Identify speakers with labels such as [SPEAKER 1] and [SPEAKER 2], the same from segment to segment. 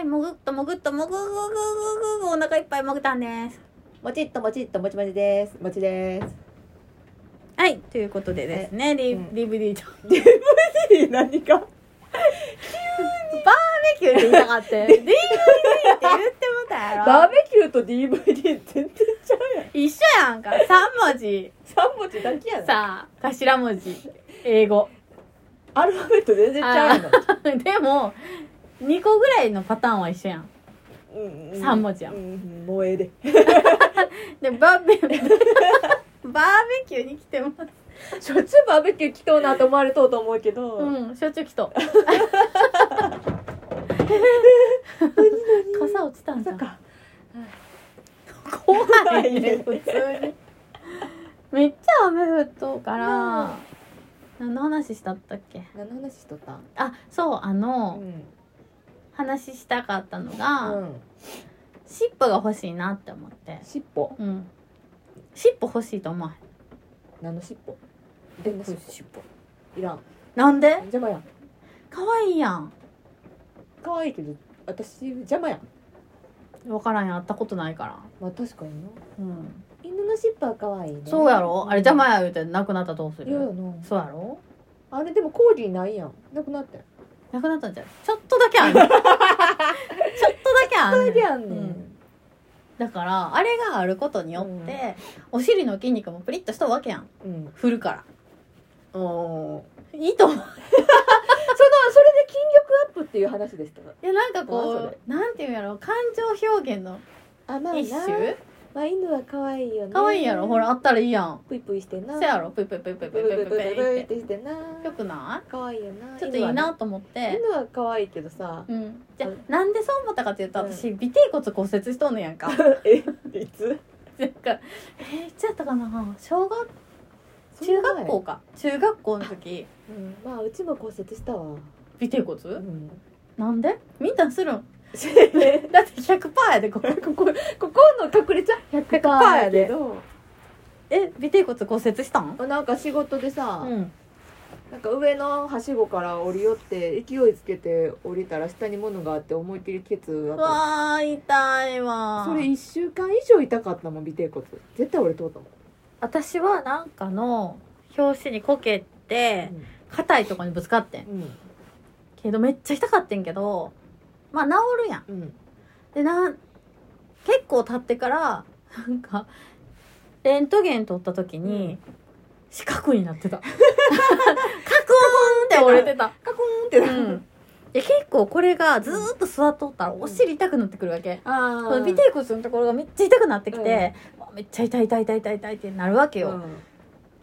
[SPEAKER 1] いもぐっともぐっともぐぐぐぐぐお腹いっぱいもぐたんです
[SPEAKER 2] もちっともちっともちもちです。もちです。
[SPEAKER 1] はいということでですね、リ
[SPEAKER 2] うん
[SPEAKER 1] DVD と
[SPEAKER 2] 何か。
[SPEAKER 1] バーベキューって言いたかった よ DVD って言ってもた や
[SPEAKER 2] バー
[SPEAKER 1] ろ
[SPEAKER 2] ベキューと DVD 全然ちゃうやん。
[SPEAKER 1] 一緒やんか3文字
[SPEAKER 2] 三文字だけやん。
[SPEAKER 1] さあ頭文字英語
[SPEAKER 2] アルファベット全然ちゃうの。
[SPEAKER 1] でも2個ぐらいのパターンは一緒やん
[SPEAKER 2] うんうん
[SPEAKER 1] 三文字やん
[SPEAKER 2] うんうん。萌えで。
[SPEAKER 1] でバーベバーベ キューに来てます
[SPEAKER 2] しょっちゅうバーベキュー来とうなと思われとうと思うけど。
[SPEAKER 1] うんしょっちゅう来 と傘落ちたんじ
[SPEAKER 2] そ
[SPEAKER 1] ゃ
[SPEAKER 2] っ
[SPEAKER 1] ん
[SPEAKER 2] か。
[SPEAKER 1] 怖いね普通にめっちゃ雨降っとうから何の話したったっけ
[SPEAKER 2] 何の話しとったん。
[SPEAKER 1] あそうあ
[SPEAKER 2] う
[SPEAKER 1] の、
[SPEAKER 2] ん。
[SPEAKER 1] 話したかったのが、
[SPEAKER 2] うん。
[SPEAKER 1] 尻尾が欲しいなって思って
[SPEAKER 2] 尻尾。
[SPEAKER 1] うん尻尾欲しいと思わへん
[SPEAKER 2] 何の尻尾。弁護士尻尾。いらん。
[SPEAKER 1] なんで
[SPEAKER 2] 邪魔やん。
[SPEAKER 1] 可愛いやん
[SPEAKER 2] 可愛いけど、私邪魔やん。
[SPEAKER 1] 分からんやん会ったことないから
[SPEAKER 2] まあ、確かにな。
[SPEAKER 1] うん
[SPEAKER 2] 犬の尻尾は可愛いね。
[SPEAKER 1] そうやろあれ邪魔や言うてなくなったらどうす
[SPEAKER 2] 嫌や
[SPEAKER 1] る
[SPEAKER 2] な。
[SPEAKER 1] そうやろ
[SPEAKER 2] あれでもコーギーないやん。なくなったよ。
[SPEAKER 1] なくなったんじゃんちょっとだけ あんねんちょっとだけあんねん
[SPEAKER 2] コーギーあんね
[SPEAKER 1] うん
[SPEAKER 2] ん。
[SPEAKER 1] だからあれがあることによって、お尻の筋肉もプリッとしたわけやん
[SPEAKER 2] うん。
[SPEAKER 1] 振るから
[SPEAKER 2] おお。
[SPEAKER 1] いいと思う
[SPEAKER 2] そのそれで筋力アップっていう話でした。
[SPEAKER 1] いやなんか
[SPEAKER 2] 何そ
[SPEAKER 1] こ
[SPEAKER 2] れ
[SPEAKER 1] うなんていうんやろ感情表現の
[SPEAKER 2] あまあな。
[SPEAKER 1] 一種
[SPEAKER 2] まあ犬は可愛いよね。
[SPEAKER 1] 可愛いやろほらあ。ったらいいやん
[SPEAKER 2] ぷいぷいしてな。
[SPEAKER 1] せやろぷいぷいぷいぷい
[SPEAKER 2] ぷ
[SPEAKER 1] ぷ
[SPEAKER 2] い
[SPEAKER 1] い
[SPEAKER 2] ぷ
[SPEAKER 1] ぷ
[SPEAKER 2] い
[SPEAKER 1] い
[SPEAKER 2] ぷいぷ
[SPEAKER 1] ぷい
[SPEAKER 2] いっ
[SPEAKER 1] って
[SPEAKER 2] してな。
[SPEAKER 1] てよくな
[SPEAKER 2] 可愛いよな。
[SPEAKER 1] いちょっといい
[SPEAKER 2] 犬は
[SPEAKER 1] な
[SPEAKER 2] ね。
[SPEAKER 1] と思って
[SPEAKER 2] 犬は可愛いけ どさ。
[SPEAKER 1] うん、じゃあなんでそう思ったかっていうと私尾てい骨骨折しとんのや んか
[SPEAKER 2] え、いつ？
[SPEAKER 1] なんかえー、いつやったかな小学 中学校。か中学校の時
[SPEAKER 2] うん。まあうちも骨折したわ。
[SPEAKER 1] 尾ていう骨
[SPEAKER 2] ん。
[SPEAKER 1] なんでみんなするん
[SPEAKER 2] こ
[SPEAKER 1] だって100%やでここ
[SPEAKER 2] こここの確率は100%やけど。
[SPEAKER 1] え尾てい骨骨折したん
[SPEAKER 2] なんか仕事でさ。
[SPEAKER 1] ん
[SPEAKER 2] なんか上のはしごから降りよって勢いつけて降りたら下に物があって思いっきりケツだった
[SPEAKER 1] わー痛いわ
[SPEAKER 2] それ1週間以上痛かったもん尾てい骨絶対俺通ったもん、
[SPEAKER 1] 私はなんかの表紙にこけて硬いとこにぶつかってん
[SPEAKER 2] うん
[SPEAKER 1] けどめっちゃ痛かってんけどまあ治るやん
[SPEAKER 2] うん
[SPEAKER 1] でなん結構経ってからなんかレントゲン撮った時に、
[SPEAKER 2] うん
[SPEAKER 1] 四角になっ てたカクーンって折れてた、
[SPEAKER 2] カクンって
[SPEAKER 1] う
[SPEAKER 2] なる、
[SPEAKER 1] ん、で結構これがずーっと座っとったらお尻痛くなってくるわけ、
[SPEAKER 2] あ
[SPEAKER 1] この尾てい骨のところがめっちゃ痛くなってきて、わめっちゃ痛い痛い痛い痛い痛いってなるわけよ、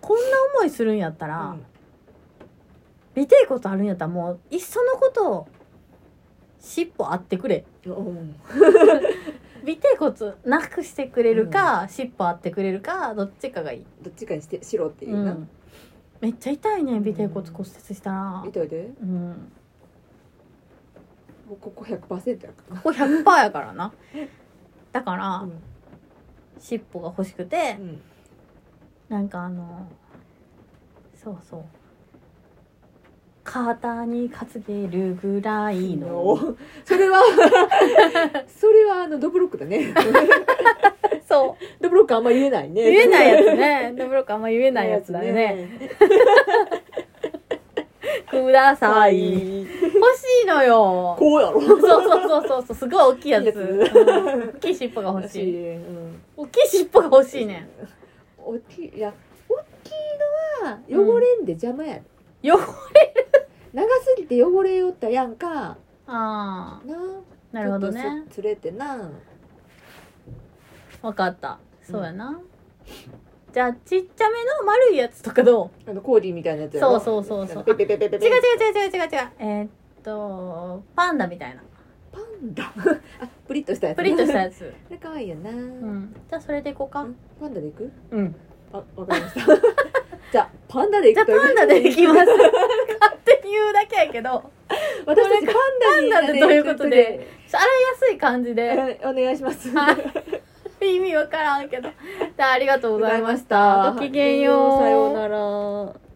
[SPEAKER 1] こんな思いするんやったら、尾てい骨あるんやったらもういっそのこと尻尾あってくれ尾てい骨なくしてくれるか、尻尾あってくれるかどっちかがいい、
[SPEAKER 2] どっちかにしてしろっていううな、
[SPEAKER 1] ん、めっちゃ痛いね尾てい骨骨折したら
[SPEAKER 2] 見、といて
[SPEAKER 1] うん、
[SPEAKER 2] もうここ100%やから
[SPEAKER 1] ここ100%やからなだから、
[SPEAKER 2] うん
[SPEAKER 1] 尻尾が欲しくて
[SPEAKER 2] う、ん
[SPEAKER 1] なんかあのそうそう肩に担げるぐらいの
[SPEAKER 2] それは それはあのドブロック だね
[SPEAKER 1] そう
[SPEAKER 2] ドブロックあんま言えないね
[SPEAKER 1] 言えないやつ ねドブロックあんま言えないやつだよねください欲しいのよ
[SPEAKER 2] こうやろ
[SPEAKER 1] そうそうそうそうそうすごい大きいやつ
[SPEAKER 2] いいやつ
[SPEAKER 1] うん大きい尻尾が欲し
[SPEAKER 2] 私
[SPEAKER 1] い
[SPEAKER 2] うん
[SPEAKER 1] 大きい尻尾が欲しいね
[SPEAKER 2] 大きいいや大きいのは汚れんで邪魔や、
[SPEAKER 1] よ
[SPEAKER 2] 長すぎて汚れよったやんか
[SPEAKER 1] ああ
[SPEAKER 2] な
[SPEAKER 1] なるほどね
[SPEAKER 2] つれてな
[SPEAKER 1] 分かったそうやな、じゃあちっちゃめの丸いやつとかどう
[SPEAKER 2] あのコーディみたいなやつや
[SPEAKER 1] そうそうそうそう
[SPEAKER 2] ペペペペペペ
[SPEAKER 1] 違う違う違う違う違う違うえーっとパンダみたいな
[SPEAKER 2] パンダ あプリッとしたやつ
[SPEAKER 1] プリッとした
[SPEAKER 2] や
[SPEAKER 1] やつ、
[SPEAKER 2] つ可愛いよ な、
[SPEAKER 1] うん、じゃあそれでいこうか
[SPEAKER 2] パンダで行く
[SPEAKER 1] うん
[SPEAKER 2] あわかりました じゃあパンダで
[SPEAKER 1] じゃ
[SPEAKER 2] 行
[SPEAKER 1] あパ
[SPEAKER 2] くという
[SPEAKER 1] ンダでいきます勝手に言うだけやけど
[SPEAKER 2] 私たちパンダに
[SPEAKER 1] パンダでということで洗いやすい感じで
[SPEAKER 2] えお願いします
[SPEAKER 1] はい意味わからんけどじゃあありがとうございましたごきげんよう
[SPEAKER 2] さようなら